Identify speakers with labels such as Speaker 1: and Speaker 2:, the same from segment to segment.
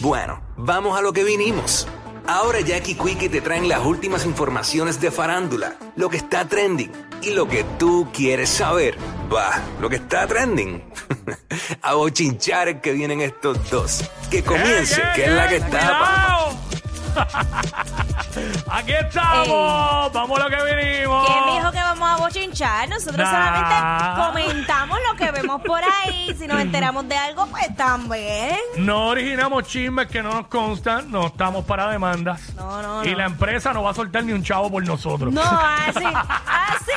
Speaker 1: Bueno, vamos a lo que vinimos. Ahora Jackie Quickie te traen las últimas informaciones de farándula, lo que está trending y lo que tú quieres saber. Va, lo que está trending. a bochinchar que vienen estos dos. Que comience,
Speaker 2: ¡Ey, ey,
Speaker 1: que es la
Speaker 2: ey,
Speaker 1: que está. pa-
Speaker 2: cuidado! Aquí estamos, vamos a lo que vinimos.
Speaker 3: ¿Quién dijo que vamos a bochinchar? Nosotros
Speaker 2: Nah.
Speaker 3: solamente comentamos lo que vemos por ahí. Si nos enteramos de algo, pues también.
Speaker 2: No originamos chismes que no nos constan, no estamos para demandas.
Speaker 3: No, no,
Speaker 2: Y
Speaker 3: no.
Speaker 2: la empresa no va a soltar ni un chavo por nosotros.
Speaker 3: No, así. Así.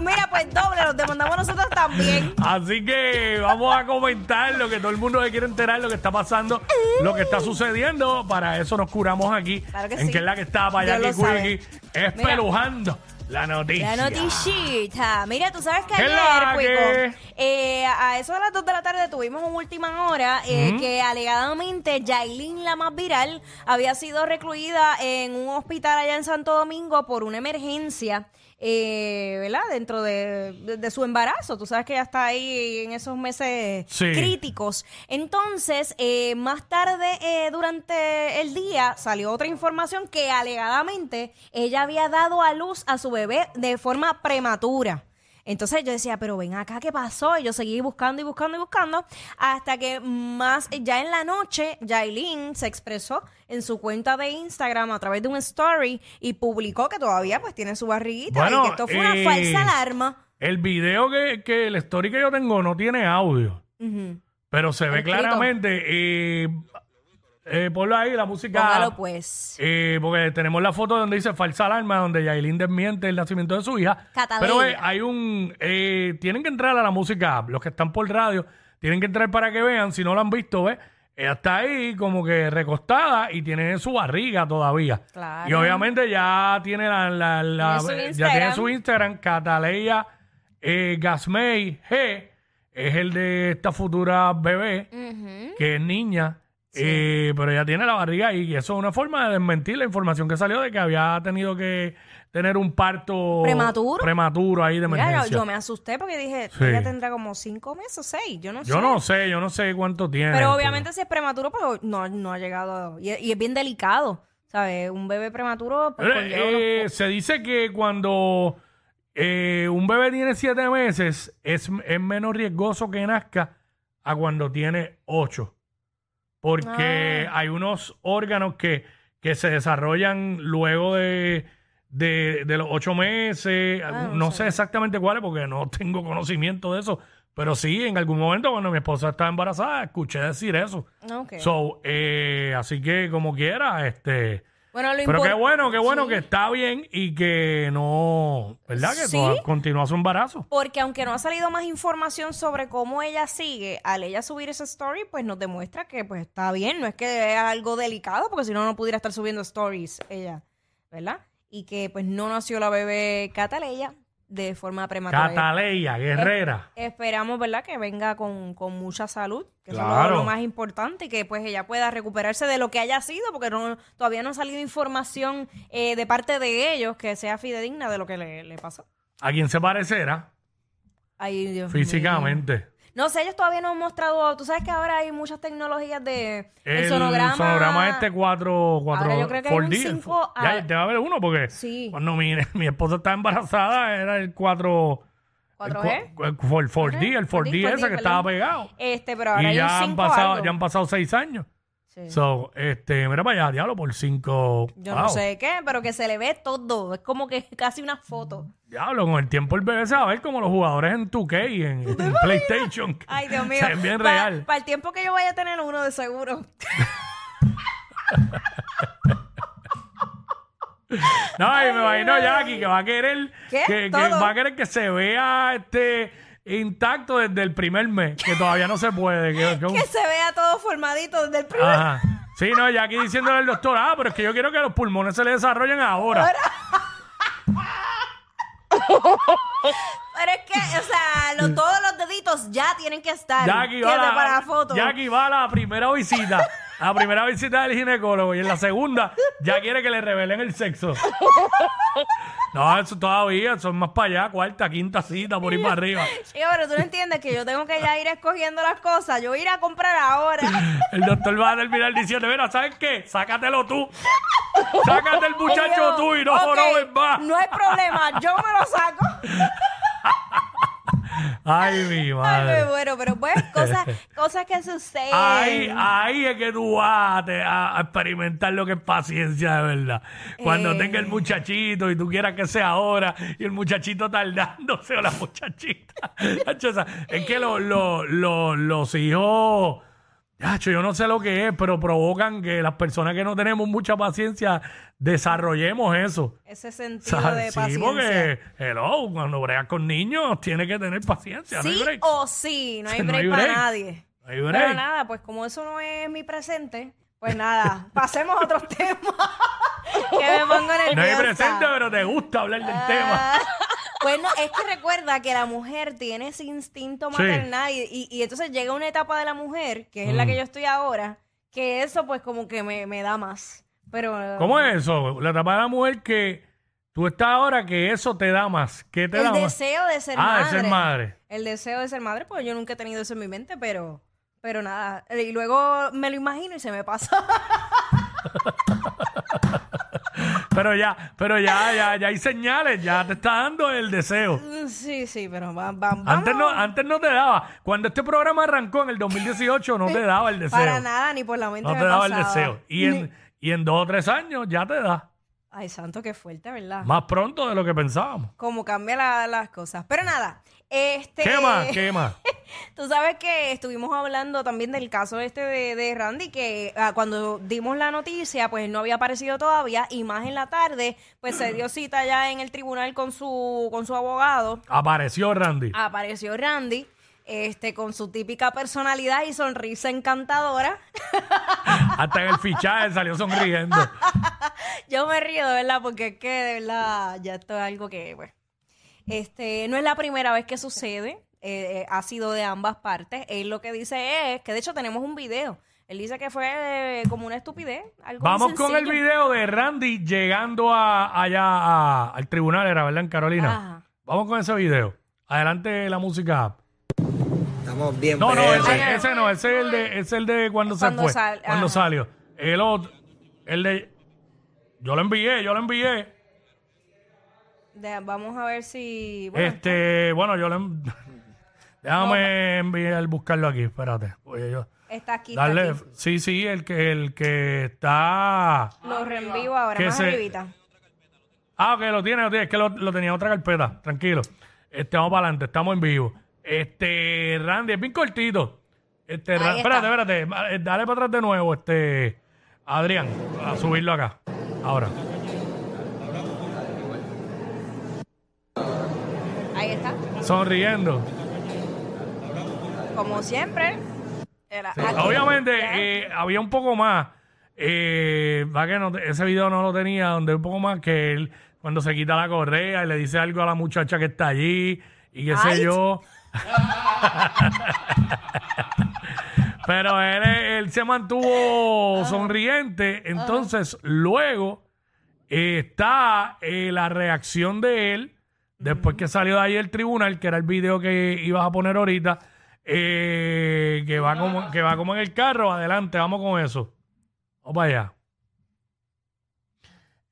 Speaker 3: Mira, pues doble, los demandamos nosotros también.
Speaker 2: Así que vamos a comentar lo que todo el mundo se quiere enterar, lo que está pasando, lo que está sucediendo. Para eso nos curamos aquí.
Speaker 3: Claro que
Speaker 2: en
Speaker 3: sí.
Speaker 2: que es la que está para allá
Speaker 3: Dios lo
Speaker 2: aquí, espelujando la noticia.
Speaker 3: La noticita. Mira, tú sabes que
Speaker 2: ¿Qué la
Speaker 3: ayer,
Speaker 2: que?
Speaker 3: Cuico, eh, a eso de las 2 de la tarde tuvimos una última hora eh, que alegadamente Yailin, la más viral, había sido recluida en un hospital allá en Santo Domingo por una emergencia. eh, ¿Verdad? Dentro de, de- de su embarazo. Tú sabes que ya está ahí en esos meses
Speaker 2: Sí.
Speaker 3: críticos. Entonces, eh, más tarde eh, durante el día salió otra información que alegadamente ella había dado a luz a su bebé de forma prematura. Entonces yo decía, pero ven acá, ¿qué pasó? Y yo seguí buscando y buscando y buscando hasta que más, ya en la noche, Yailin se expresó en su cuenta de Instagram a través de un story y publicó que todavía pues tiene su barriguita y que esto fue una
Speaker 2: eh,
Speaker 3: falsa alarma.
Speaker 2: El video que, que el story que yo tengo no tiene audio,
Speaker 3: Ujú.
Speaker 2: pero se ve
Speaker 3: Escrito.
Speaker 2: claramente. Eh, eh, ponlo ahí, la música.
Speaker 3: Póngalo pues.
Speaker 2: Eh, porque tenemos la foto donde dice falsa alarma, donde Yailin desmiente el nacimiento de su hija.
Speaker 3: Catalina.
Speaker 2: Pero eh, hay un. eh, tienen que entrar a la música app. Los que están por radio tienen que entrar para que vean. Si no lo han visto, ¿ves? Ella está ahí como que recostada y tiene su barriga todavía.
Speaker 3: Clala.
Speaker 2: Y obviamente ya tiene la, la- la-
Speaker 3: Tiene su
Speaker 2: ya tiene
Speaker 3: Instagram.
Speaker 2: su Instagram, Cataleya eh, Gasmey G, es el de esta futura bebé, que es niña, eh, pero ya tiene la barriga ahí, y eso es una forma de desmentir la información que salió de que había tenido que tener un parto
Speaker 3: ¿Prematuro?
Speaker 2: prematuro ahí de
Speaker 3: Mira,
Speaker 2: emergencia.
Speaker 3: yo, yo me asusté porque dije,
Speaker 2: Sí.
Speaker 3: ella tendrá como cinco meses o seis, yo no sé.
Speaker 2: Yo no sé, yo no sé cuánto tiene.
Speaker 3: Pero obviamente si es prematuro, pues no, no ha llegado. Y, y es bien delicado, ¿sabes? Un bebé prematuro, pues,
Speaker 2: Pero,
Speaker 3: conlleva
Speaker 2: eh,
Speaker 3: unos-
Speaker 2: se dice que cuando eh, un bebé tiene siete meses es, es menos riesgoso que nazca a cuando tiene ocho. Porque
Speaker 3: Ah.
Speaker 2: hay unos órganos que, que se desarrollan luego de, de, de los ocho meses.
Speaker 3: Ah,
Speaker 2: no
Speaker 3: no
Speaker 2: sé exactamente cuáles porque no tengo conocimiento de eso. Pero sí, en algún momento cuando mi esposa estaba embarazada escuché decir eso.
Speaker 3: Ah, Ok.
Speaker 2: So, eh, así que como quiera, este...
Speaker 3: bueno, lo
Speaker 2: Pero qué
Speaker 3: impor-
Speaker 2: bueno, qué bueno
Speaker 3: Sí.
Speaker 2: que está bien y que no, ¿verdad? Que
Speaker 3: Sí.
Speaker 2: toda- continúa su embarazo.
Speaker 3: Porque aunque no ha salido más información sobre cómo ella sigue, al ella subir esa story, pues nos demuestra que pues está bien, no es que es algo delicado, porque si no, no pudiera estar subiendo stories ella, ¿verdad? Y que pues no nació la bebé Cataleya de forma prematura. Eh.
Speaker 2: Cataleya, guerrera.
Speaker 3: Esperamos, ¿verdad? Que venga con, con mucha salud, que eso es
Speaker 2: Claro.
Speaker 3: lo- lo más importante, y que pues ella pueda recuperarse de lo que haya sido, porque no, todavía no ha salido información eh, de parte de ellos que sea fidedigna de lo que le, le pasó.
Speaker 2: ¿A quién se parecerá
Speaker 3: Ay, Dios mío.
Speaker 2: físicamente?
Speaker 3: No sé, ellos todavía no han mostrado, tú sabes que ahora hay muchas tecnologías de
Speaker 2: El sonograma este 4
Speaker 3: Ahora yo creo que hay un
Speaker 2: 4D.
Speaker 3: cinco a-
Speaker 2: Ya, te va a haber uno porque
Speaker 3: Sí.
Speaker 2: cuando mi, mi esposa estaba embarazada era el 4
Speaker 3: 4G.
Speaker 2: El, cu- el 4D, el 4D, ese que
Speaker 3: 4D,
Speaker 2: estaba
Speaker 3: perdón.
Speaker 2: pegado.
Speaker 3: Este, pero ahora
Speaker 2: y
Speaker 3: hay
Speaker 2: ya
Speaker 3: un
Speaker 2: han
Speaker 3: cinco
Speaker 2: pasado
Speaker 3: algo.
Speaker 2: ya han pasado seis años
Speaker 3: Sí.
Speaker 2: So, este, mira para allá, diablo, por cinco.
Speaker 3: Yo no
Speaker 2: wow.
Speaker 3: sé qué, pero que se le ve todo. Es como que es casi una foto.
Speaker 2: Diablo, con el tiempo el bebé se va a ver como los jugadores en 2K y en, en PlayStation.
Speaker 3: Ay, Dios mío.
Speaker 2: Se ven bien
Speaker 3: Pa-
Speaker 2: real.
Speaker 3: Para el tiempo que yo vaya a tener uno de seguro.
Speaker 2: No, y me imagino Jackie que va a querer
Speaker 3: ¿Qué?
Speaker 2: que, que
Speaker 3: Todo.
Speaker 2: va a querer que se vea este intacto desde el primer mes, que todavía no se puede. Que, que un-
Speaker 3: Que se vea todo formadito desde el primer.
Speaker 2: Ajá. Sí, no, Jackie diciéndole al doctor, ah, pero es que yo quiero que los pulmones se le desarrollen ahora.
Speaker 3: Pero es que, o sea, lo- todos los deditos ya tienen que estar.
Speaker 2: Mm. Jackie va,
Speaker 3: ¿entiendes?
Speaker 2: a la,
Speaker 3: para la foto.
Speaker 2: Jackie va a la primera visita. A la primera visita del ginecólogo y en la segunda ya quiere que le revelen el sexo. No, eso todavía, son más para allá, cuarta, quinta cita, por ir para arriba.
Speaker 3: Chico, pero tú no entiendes que yo tengo que ya ir escogiendo las cosas. Yo voy a ir a comprar ahora.
Speaker 2: El doctor va a terminar diciendo, mira, ¿sabes qué? Sácatelo tú. Sácate el muchacho
Speaker 3: Yo,
Speaker 2: tú y no
Speaker 3: ok,
Speaker 2: jorobes más.
Speaker 3: No hay problema, yo me lo saco.
Speaker 2: Ay, mi
Speaker 3: Ay, me
Speaker 2: madre.
Speaker 3: muero, pero pues, cosas, cosas que suceden.
Speaker 2: Ahí,
Speaker 3: Eh,
Speaker 2: ahí es que tú vas a, te- a- a experimentar lo que es paciencia de verdad. Cuando
Speaker 3: Eh.
Speaker 2: tenga el muchachito y tú quieras que sea ahora y el muchachito tardándose o la muchachita. Hacho, esa- es que lo- lo- lo- los hijos, hacho, yo no sé lo que es, pero provocan que las personas que no tenemos mucha paciencia desarrollemos eso.
Speaker 3: Ese
Speaker 2: O
Speaker 3: sentido
Speaker 2: sea,
Speaker 3: de
Speaker 2: sí,
Speaker 3: paciencia.
Speaker 2: porque, hello, cuando bregas con niños, tienes que tener paciencia. no hay
Speaker 3: Sí
Speaker 2: break.
Speaker 3: o sí, no hay
Speaker 2: No
Speaker 3: break,
Speaker 2: hay break.
Speaker 3: para nadie.
Speaker 2: No hay
Speaker 3: Pero
Speaker 2: break.
Speaker 3: nada, pues como eso no es mi presente, pues nada, pasemos a otros temas. que me pongo nerviosa.
Speaker 2: No hay presente, pero te gusta hablar del tema.
Speaker 3: Ah, Bueno, es que recuerda que la mujer tiene ese instinto
Speaker 2: Sí.
Speaker 3: maternal y- y, y entonces llega una etapa de la mujer, que es en la
Speaker 2: Mm.
Speaker 3: que yo estoy ahora, que eso pues como que me, me da más. Pero
Speaker 2: ¿Cómo es eso? La etapa de la mujer que tú estás ahora, que eso te da más. ¿Qué te
Speaker 3: el
Speaker 2: da más?
Speaker 3: deseo de ser
Speaker 2: ah,
Speaker 3: madre.
Speaker 2: de ser madre.
Speaker 3: El deseo de ser madre, pues yo nunca he tenido eso en mi mente, pero, pero nada. Y luego me lo imagino y se me pasa.
Speaker 2: Pero ya, pero ya, ya, ya hay señales, ya te está dando el deseo.
Speaker 3: sí, sí, pero va- va- vamos.
Speaker 2: Antes no, antes no te daba. Cuando este programa arrancó en el 2018, no te daba el deseo.
Speaker 3: Para nada, ni por la mente
Speaker 2: no
Speaker 3: me
Speaker 2: te daba el
Speaker 3: pasaba.
Speaker 2: deseo. Y en, y en dos o tres años ya te da.
Speaker 3: Ay, santo, qué fuerte, ¿verdad?
Speaker 2: Más pronto de lo que pensábamos.
Speaker 3: Como cambia la- las cosas. Pero nada, este...
Speaker 2: ¿Qué más? ¿Qué más?
Speaker 3: Tú sabes que estuvimos hablando también del caso este de, de Randy, que ah, cuando dimos la noticia, pues no había aparecido todavía, y más en la tarde, pues se dio cita ya en el tribunal con su, con su abogado.
Speaker 2: Apareció Randy.
Speaker 3: Apareció Randy, este, con su típica personalidad y sonrisa encantadora.
Speaker 2: Hasta en el fichaje salió sonriendo.
Speaker 3: Yo me río, de verdad, porque es que de verdad ya esto es algo que, bueno. Este, no es la primera vez que sucede, eh, eh, ha sido de ambas partes. Él lo que dice es que de hecho tenemos un video. Él dice que fue eh, como una estupidez. Algo muy
Speaker 2: Vamos con el
Speaker 3: sencillo.
Speaker 2: video de Randy llegando a, allá a- al tribunal, era verdad, en Carolina.
Speaker 3: Ajá.
Speaker 2: Vamos con ese video. Adelante la música.
Speaker 4: Estamos bien.
Speaker 2: No, no,
Speaker 4: pero-
Speaker 2: ese,
Speaker 3: no.
Speaker 2: ese no, ese es el de, ese es el de cuando,
Speaker 3: Cuando
Speaker 2: se fue,
Speaker 3: sal-
Speaker 2: cuando
Speaker 3: ajá.
Speaker 2: salió. El otro, el de, yo lo envié, yo lo envié.
Speaker 3: De- vamos a ver si. bueno,
Speaker 2: Este, bueno, yo lo, en- déjame enviar, buscarlo aquí, espérate. Oye, yo,
Speaker 3: está aquí. está
Speaker 2: dale,
Speaker 3: aquí.
Speaker 2: sí, sí, el que, el que está,
Speaker 3: Lo reenvío ahora,
Speaker 2: Que
Speaker 3: más
Speaker 2: se-
Speaker 3: arribita.
Speaker 2: Ah, ok, lo tiene, lo tiene. Es que lo, lo tenía en otra carpeta. Tranquilo. Este, vamos para adelante. Estamos en vivo. Este, Randy, es bien cortito. Este, Ra-
Speaker 3: Ahí está.
Speaker 2: espérate, espérate. eh, Dale para atrás de nuevo, este, Adrián, a subirlo acá. Ahora.
Speaker 3: Ahí está.
Speaker 2: Sonriendo.
Speaker 3: Como siempre. Era
Speaker 2: Sí.
Speaker 3: aquí.
Speaker 2: Obviamente,
Speaker 3: Ya.
Speaker 2: eh, había un poco más. Eh, va que no te- ese video no lo tenía, donde un poco más que él, cuando se quita la correa y le dice algo a la muchacha que está allí y qué
Speaker 3: Ay.
Speaker 2: sé yo. Pero él, él se mantuvo sonriente. Entonces, luego eh, está eh, la reacción de él, después que salió de ahí el tribunal, que era el video que ibas a poner ahorita, eh, que, va como, que va como en el carro. Adelante, vamos con eso. Vamos para allá.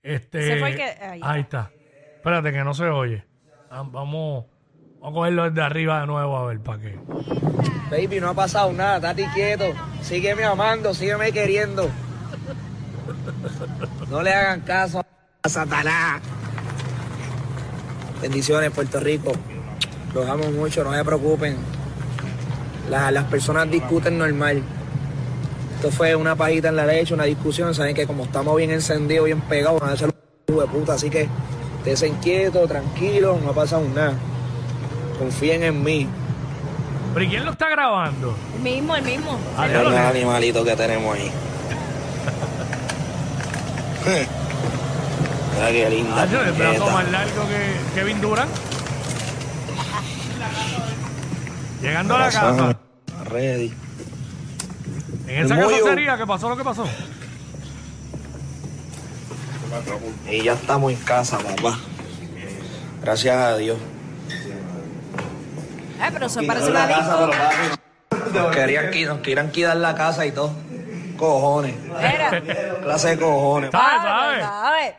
Speaker 2: Este,
Speaker 3: Se fue el que- ahí está.
Speaker 2: ahí está. Espérate, que no se oye. Ah, Vamos, vamos a cogerlo desde arriba de nuevo a ver para qué.
Speaker 4: Baby, no ha pasado nada, estate quieto. Sígueme amando, sígueme queriendo. No le hagan caso a Satanás. Bendiciones, Puerto Rico. Los amo mucho, no se preocupen. La- las personas discuten normal. Esto fue una pajita en la leche, una discusión. Saben que como estamos bien encendidos, bien pegados, van a hacer un de puta. Así que estén quietos, tranquilos, no ha pasado nada. Confíen en mí.
Speaker 2: ¿Pero ¿y quién lo está grabando?
Speaker 3: El mismo, el mismo.
Speaker 2: Ah,
Speaker 4: Mira
Speaker 2: ya lo-
Speaker 4: los animalitos que tenemos ahí. Mira qué linda.
Speaker 2: Ah, yo, el brazo
Speaker 4: puñeta.
Speaker 2: más largo que Kevin Durant. Llegando a la casa.
Speaker 4: Ready.
Speaker 2: En esa
Speaker 4: Muy
Speaker 2: casa
Speaker 4: u-
Speaker 2: sería que pasó lo que pasó.
Speaker 4: Y ya estamos en casa, papá. Gracias a Dios.
Speaker 3: Ay, Eh, pero eso parece una disco.
Speaker 4: Querían que nos quieran quitar la casa y todo. Cojones.
Speaker 3: Era.
Speaker 4: Clase de cojones.
Speaker 3: Ah,
Speaker 2: ¿Sabes? ¿Sabes?
Speaker 3: ¿Sabes?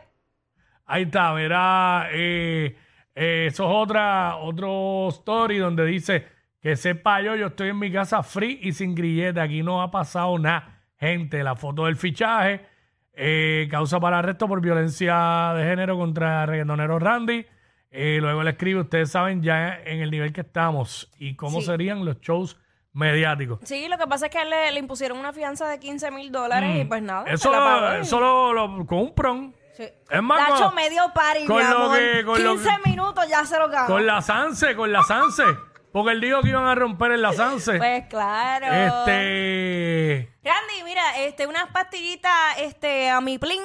Speaker 2: Ahí está, mira, eh, eh, eso es otra, otro story donde dice que sepa yo, yo estoy en mi casa free y sin grillete, aquí no ha pasado nada. Gente, la foto del fichaje, eh, causa para arresto por violencia de género contra el reggaetonero Randy. Eh, luego le escribe, ustedes saben ya en el nivel que estamos y cómo
Speaker 3: Sí.
Speaker 2: serían los shows mediáticos.
Speaker 3: Sí, lo que pasa es que a él le, le impusieron una fianza de 15 mil dólares y pues nada.
Speaker 2: Mm. Eso,
Speaker 3: se la pagó
Speaker 2: lo,
Speaker 3: y-
Speaker 2: eso lo- lo- con un prom.
Speaker 3: Sí.
Speaker 2: Es más,
Speaker 3: Nacho
Speaker 2: con-
Speaker 3: medio party,
Speaker 2: con
Speaker 3: mi
Speaker 2: lo
Speaker 3: amor.
Speaker 2: que- con lo
Speaker 3: 15
Speaker 2: que-
Speaker 3: minutos ya se lo ganó.
Speaker 2: Con la Sanse, con la Sanse. Porque él dijo que iban a romper en la Sanse.
Speaker 3: Pues claro.
Speaker 2: Este.
Speaker 3: Randy, mira, este, unas pastillitas este, a mi plin.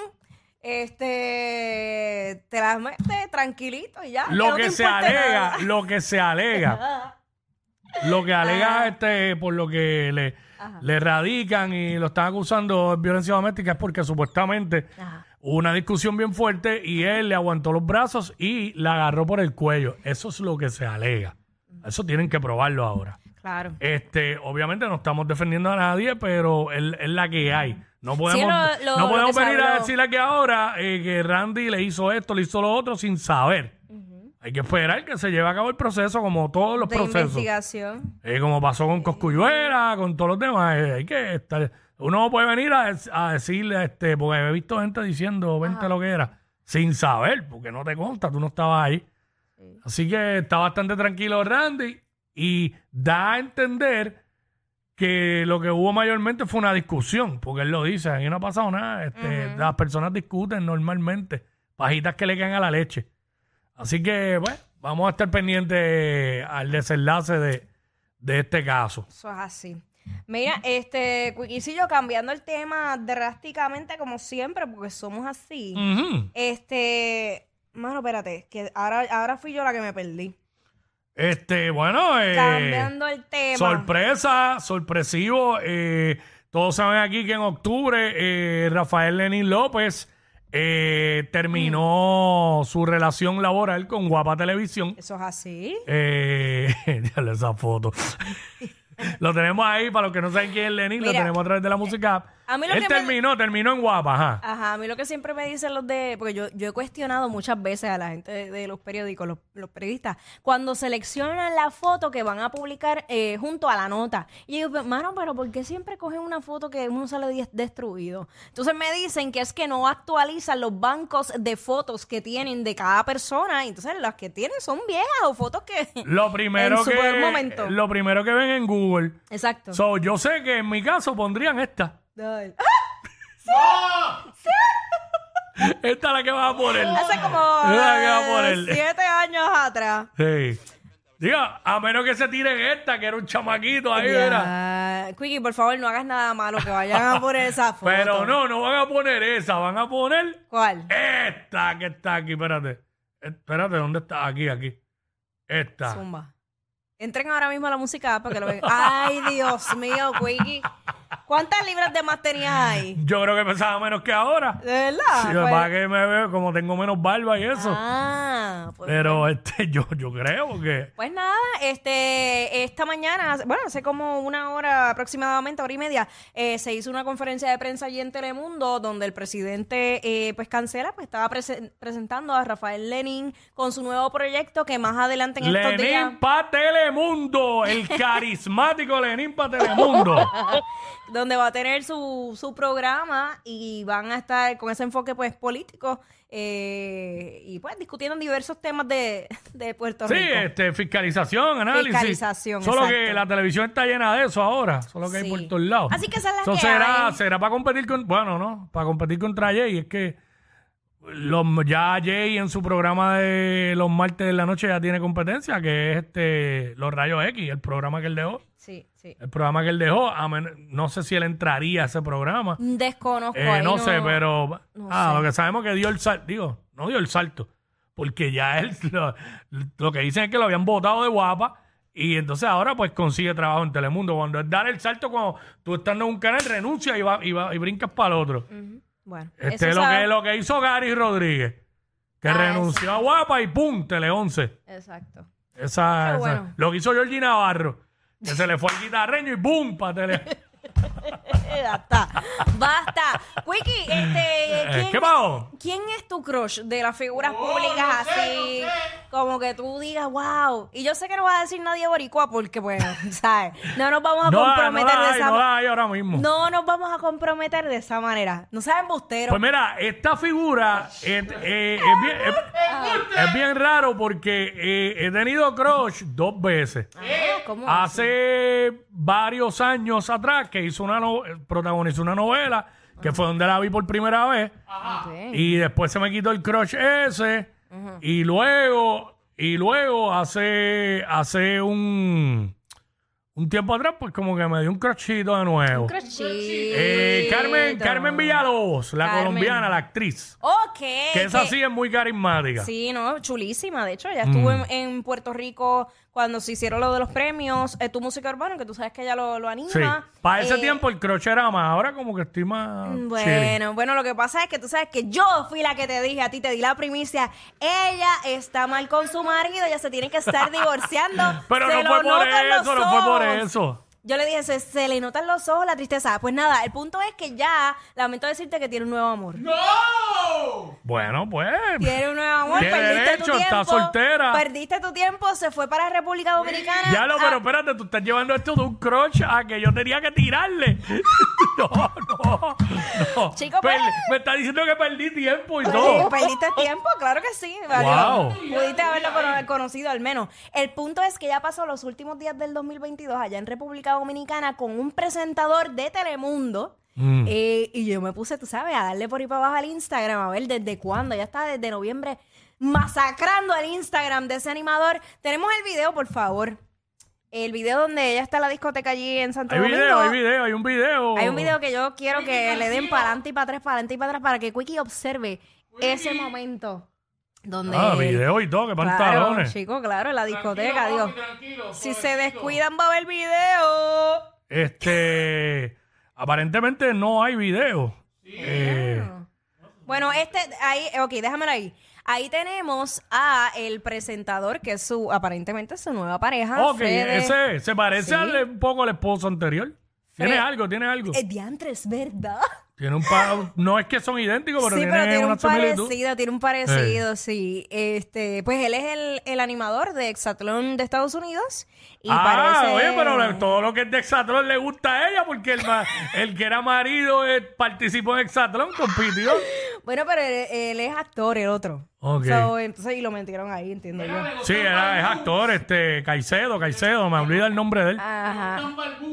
Speaker 3: Este, te las metes tranquilito y ya.
Speaker 2: Lo
Speaker 3: no
Speaker 2: que
Speaker 3: te
Speaker 2: se
Speaker 3: importe
Speaker 2: alega,
Speaker 3: nada.
Speaker 2: lo que se alega. Lo que alega este, por lo que le, le radican y lo están acusando de violencia doméstica es porque supuestamente
Speaker 3: Ajá.
Speaker 2: hubo una discusión bien fuerte y él le aguantó los brazos y la agarró por el cuello. Eso es lo que se alega. Eso tienen que probarlo ahora.
Speaker 3: Claro.
Speaker 2: Este, obviamente no estamos defendiendo a nadie, pero es, es la que hay. No podemos,
Speaker 3: Sí, lo- lo-
Speaker 2: no
Speaker 3: lo
Speaker 2: podemos
Speaker 3: que se
Speaker 2: venir a
Speaker 3: habló.
Speaker 2: decir aquí ahora eh, que Randy le hizo esto, le hizo lo otro sin saber. Hay que esperar que se lleve a cabo el proceso como todos los
Speaker 3: De
Speaker 2: procesos.
Speaker 3: investigación.
Speaker 2: Eh, como pasó con Coscuyuela, con todos los demás. eh, hay que estar- Uno no puede venir a, des- a decirle, este, porque he visto gente diciendo, vente lo que era, sin saber, porque no te consta, tú no estabas ahí. Así que está bastante tranquilo Randy y da a entender que lo que hubo mayormente fue una discusión, porque él lo dice, aquí no ha pasado nada, este, las personas discuten normalmente, pajitas que le caen a la leche. Así que, bueno, vamos a estar pendientes al desenlace de, de este caso.
Speaker 3: Eso es así. Mira, este, Cuiquicillo, cambiando el tema drásticamente como siempre, porque somos así.
Speaker 2: Ujú.
Speaker 3: Este, mano, espérate, que ahora, ahora fui yo la que me perdí.
Speaker 2: Este, bueno, eh,
Speaker 3: Cambiando el tema.
Speaker 2: sorpresa, sorpresivo. eh, todos saben aquí que en octubre eh, Rafael Lenín López eh,
Speaker 3: Mm.
Speaker 2: terminó su relación laboral con Guapa Televisión.
Speaker 3: Eso es así.
Speaker 2: Eh, diablo, esa foto. lo tenemos ahí, para los que no saben quién es Lenín, lo
Speaker 3: Mira, eh,
Speaker 2: tenemos a través de la música. app.
Speaker 3: a mí lo
Speaker 2: Él
Speaker 3: que me-
Speaker 2: terminó, terminó en Guapa, ajá.
Speaker 3: Ajá, a mí lo que siempre me dicen los de. Porque yo, yo he cuestionado muchas veces a la gente de, de los periódicos, los, los periodistas, cuando seleccionan la foto que van a publicar eh, junto a la nota. Y yo, mano, pero ¿por qué siempre cogen una foto que uno sale de- destruido? Entonces me dicen que es que no actualizan los bancos de fotos que tienen de cada persona. y Entonces las que tienen son viejas o fotos que.
Speaker 2: Lo primero
Speaker 3: en su
Speaker 2: que
Speaker 3: peor momento.
Speaker 2: lo primero que ven en Google.
Speaker 3: Exacto.
Speaker 2: So, yo sé que en mi caso pondrían esta.
Speaker 3: Ay.
Speaker 2: Esta es la que vas a poner.
Speaker 3: Hace como
Speaker 2: Mira que va por
Speaker 3: eh,
Speaker 2: el-
Speaker 3: siete años atrás.
Speaker 2: Sí. Diga, a menos que se tiren esta, que era un chamaquito ahí, ¿verdad?
Speaker 3: Ya. Quickie, por favor, no hagas nada malo, que vayan a poner esa foto.
Speaker 2: Pero no, no van a poner esa, van a poner
Speaker 3: ¿Cuál?
Speaker 2: esta que está aquí, espérate. Espérate, ¿dónde está? Aquí, aquí. Esta.
Speaker 3: Zumba. Entren ahora mismo a la música para que lo vean. Ay, Dios mío, Quickie. ¿Cuántas libras de más tenías ahí?
Speaker 2: Yo creo que pesaba menos que ahora.
Speaker 3: ¿De verdad?
Speaker 2: Sí,
Speaker 3: Pues-
Speaker 2: para que me veo como tengo menos barba y eso.
Speaker 3: Ah, Ah, pues,
Speaker 2: Pero este, yo, yo creo que.
Speaker 3: Pues nada, este, esta mañana, bueno, hace como una hora aproximadamente, hora y media, eh, se hizo una conferencia de prensa allí en Telemundo donde el presidente, eh, pues cancela, pues estaba presen- presentando a Rafael Lenin con su nuevo proyecto que más adelante en estos días,
Speaker 2: Lenín pa' Telemundo, el carismático Lenín pa' Telemundo.
Speaker 3: donde va a tener su, su programa y van a estar con ese enfoque, pues, político eh, y, pues, discutiendo diversos temas de, de Puerto
Speaker 2: Sí,
Speaker 3: Rico.
Speaker 2: este, fiscalización, análisis.
Speaker 3: Fiscalización,
Speaker 2: Solo que
Speaker 3: exacto.
Speaker 2: la televisión está llena de eso ahora. Solo que
Speaker 3: Sí.
Speaker 2: hay por todos lados.
Speaker 3: Así que esa es la
Speaker 2: Eso
Speaker 3: que
Speaker 2: será,
Speaker 3: hay.
Speaker 2: será para competir con. Bueno, no. Para competir contra Jay. Es que los, ya Jay en su programa de los martes de la noche ya tiene competencia, que es este Los Rayos X, el programa que él dejó.
Speaker 3: Sí, sí.
Speaker 2: El programa que él dejó. a men- no sé si él entraría a ese programa.
Speaker 3: Desconozco.
Speaker 2: Eh,
Speaker 3: ahí
Speaker 2: no, sé, pero.
Speaker 3: no
Speaker 2: ah,
Speaker 3: sé.
Speaker 2: lo que sabemos que dio el salto. Digo, no dio el salto. Porque ya él. Lo, lo que dicen es que lo habían votado de guapa. Y entonces ahora, pues consigue trabajo en Telemundo. Cuando es dar el salto, cuando tú estando en un canal, renuncia y, va, y, va- y brincas para el otro.
Speaker 3: Bueno, Mm, eso
Speaker 2: Este es lo
Speaker 3: sabe-
Speaker 2: que, lo que hizo Gary Rodríguez. Que
Speaker 3: Ah,
Speaker 2: renunció a guapa y pum, Tele 11.
Speaker 3: Exacto.
Speaker 2: Esa,
Speaker 3: Qué
Speaker 2: esa-
Speaker 3: bueno.
Speaker 2: Lo que hizo Georgie Navarro. Que se le fue al guitarreño y pum, para Tele.
Speaker 3: Eh, Basta. Basta. Wiki, este,
Speaker 2: Eh,
Speaker 3: ¿quién,
Speaker 2: ¿Qué pasó? Oh,
Speaker 3: quién es tu crush de las figuras públicas así? Como que tú digas, wow. Y yo sé que no vas a decir nadie boricua porque, bueno, ¿sabes? No nos vamos a
Speaker 2: No, la- no,
Speaker 3: comprometer
Speaker 2: la
Speaker 3: de
Speaker 2: hay,
Speaker 3: esa
Speaker 2: no
Speaker 3: manera.
Speaker 2: la hay ahora mismo.
Speaker 3: No nos vamos a comprometer de esa manera. No saben bustero.
Speaker 2: Pues mira, esta figura eh, eh, es, bien, es- es bien raro porque eh, he tenido crush dos veces.
Speaker 3: ¿Cómo?
Speaker 2: Ah. Hace varios años atrás que hizo una no- protagonizó una novela que fue donde la vi por primera vez
Speaker 3: Ok.
Speaker 2: y después se me quitó el crush ese y luego y luego hace hace un un tiempo atrás pues como que me dio un crushito de nuevo.
Speaker 3: Crushito.
Speaker 2: Eh, Carmen Carmen Villalobos, la
Speaker 3: Carmen.
Speaker 2: colombiana, la actriz.
Speaker 3: Ok.
Speaker 2: Que esa sí es muy carismática.
Speaker 3: Sí, no, chulísima. De hecho, ella estuvo
Speaker 2: Mm.
Speaker 3: en, en Puerto Rico cuando se hicieron lo de los premios, eh, tu música urbana, que tú sabes que ella lo, lo anima.
Speaker 2: Sí. Para ese
Speaker 3: Eh, mm,
Speaker 2: tiempo el crochet era más. Ahora como que estoy más. chilling.
Speaker 3: Bueno, bueno, lo que pasa es que tú sabes que yo fui la que te dije a ti, te di la primicia. Ella está mal con su marido, ella se tiene que estar divorciando.
Speaker 2: Pero
Speaker 3: Se
Speaker 2: no
Speaker 3: lo
Speaker 2: fue por
Speaker 3: notan los
Speaker 2: eso, no fue por
Speaker 3: ojos.
Speaker 2: eso.
Speaker 3: Yo le dije, se, se le notan los ojos la tristeza. Pues nada, el punto es que ya, lamento decirte que tiene un nuevo amor.
Speaker 2: Bueno, pues.
Speaker 3: Tiene un nuevo amor,
Speaker 2: Tiene
Speaker 3: perdiste tu
Speaker 2: derecho, está
Speaker 3: tiempo.
Speaker 2: soltera.
Speaker 3: Perdiste tu tiempo, se fue para República Dominicana.
Speaker 2: Ya lo,
Speaker 3: Ah,
Speaker 2: pero espérate, tú estás llevando esto de un crotch a que yo tenía que tirarle. no, no, no.
Speaker 3: Chico,
Speaker 2: Per-
Speaker 3: pues.
Speaker 2: Me está diciendo que perdí tiempo y
Speaker 3: pues
Speaker 2: todo.
Speaker 3: sí, perdiste tiempo, claro que sí. valió.
Speaker 2: Wow.
Speaker 3: Pudiste haberlo cono- conocido al menos. El punto es que ya pasó los últimos días del 2022 allá en República Dominicana con un presentador de Telemundo.
Speaker 2: Mm.
Speaker 3: Eh, y yo me puse, tú sabes, a darle por ahí para abajo al Instagram, a ver desde cuándo. Ya está desde noviembre masacrando el Instagram de ese animador. Tenemos el video, por favor. El video donde ella está en la discoteca allí en Santo
Speaker 2: Hay
Speaker 3: Domingo.
Speaker 2: video, hay video, hay un video.
Speaker 3: Hay un video que yo quiero que le den para adelante y para atrás, para adelante y para atrás, para que Quickie observe ese momento donde.
Speaker 2: Ah,
Speaker 3: él-
Speaker 2: video y todo, que
Speaker 3: Claro,
Speaker 2: pantalones.
Speaker 3: chico, claro, en la discoteca, Dios. Si se descuidan, va a haber video.
Speaker 2: este. Aparentemente no hay video. Eh,
Speaker 3: Bueno, este, ahí, ok, déjamelo ahí. Ahí tenemos a el presentador, que es su, aparentemente su nueva pareja.
Speaker 2: ok,
Speaker 3: Fede.
Speaker 2: ese se parece
Speaker 3: Ah, Sí.
Speaker 2: al- un poco al esposo anterior. Tiene
Speaker 3: Fede.
Speaker 2: algo, tiene algo.
Speaker 3: Eh, diantres, ¿verdad?
Speaker 2: Tiene un par, no es que son idénticos, pero
Speaker 3: sí,
Speaker 2: tienen
Speaker 3: pero tiene
Speaker 2: una
Speaker 3: un
Speaker 2: similitud.
Speaker 3: parecido, tiene un parecido, sí. Este, pues él es el, el animador de Exatlón de Estados Unidos. Y
Speaker 2: ah,
Speaker 3: parece.
Speaker 2: oye, pero le- todo lo que es de Exatlón le gusta a ella porque el, ma- el que era marido eh, participó en Exatlón, compitió.
Speaker 3: Bueno, pero él, él es actor, el otro.
Speaker 2: Ok.
Speaker 3: So, entonces, y lo metieron ahí, entiendo yo.
Speaker 2: Sí, era, es actor, este, Caicedo, Caicedo, me olvida el nombre
Speaker 3: Ah.
Speaker 2: de él.
Speaker 3: Ajá.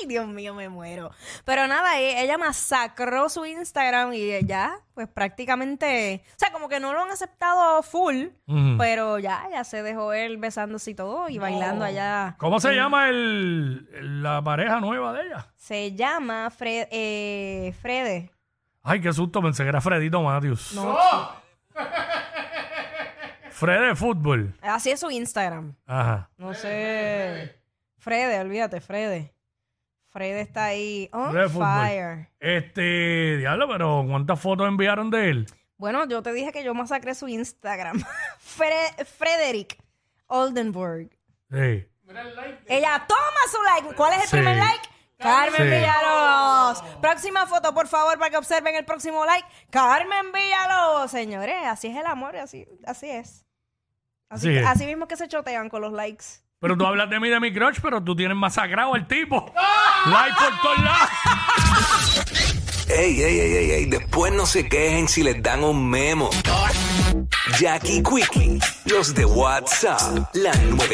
Speaker 3: Ay, Dios mío, me muero. Pero nada, e- ella masacró su Instagram y ya, pues prácticamente. O sea, como que no lo han aceptado full,
Speaker 2: Ujú.
Speaker 3: pero ya, ya se dejó él besándose y todo y bailando allá.
Speaker 2: ¿Cómo se llama el, el- la pareja nueva de ella?
Speaker 3: Se llama Fred, eh, Frede.
Speaker 2: Ay, qué susto, pensé que era Fredito Matthews. Fred de fútbol.
Speaker 3: Así es su Instagram.
Speaker 2: Ajá.
Speaker 3: No sé. Frede, olvídate, Frede. Frede está ahí on
Speaker 2: Fred de fútbol.
Speaker 3: fire.
Speaker 2: Este, diablo, pero ¿cuántas fotos enviaron de él?
Speaker 3: Bueno, yo te dije que yo masacré su Instagram. Fre- Frederick Oldenburg.
Speaker 2: Sí.
Speaker 3: Ella toma su like. ¿Cuál es el
Speaker 2: Sí.
Speaker 3: primer like?
Speaker 2: Sí.
Speaker 3: Carmen Villalobos. Próxima foto, por favor, para que observen el próximo like. Carmen Villalobos, señores. Así es el amor, así, así es.
Speaker 2: Así
Speaker 3: Así, que-
Speaker 2: es.
Speaker 3: así mismo que se chotean con los likes.
Speaker 2: Pero tú hablas de mí, de mi crush, pero tú tienes masacrado al tipo. Like por todos lados.
Speaker 1: Ey, ey, ey, ey, ey, después no se quejen si les dan un memo. Jackie Quickie, los de WhatsApp, la 9.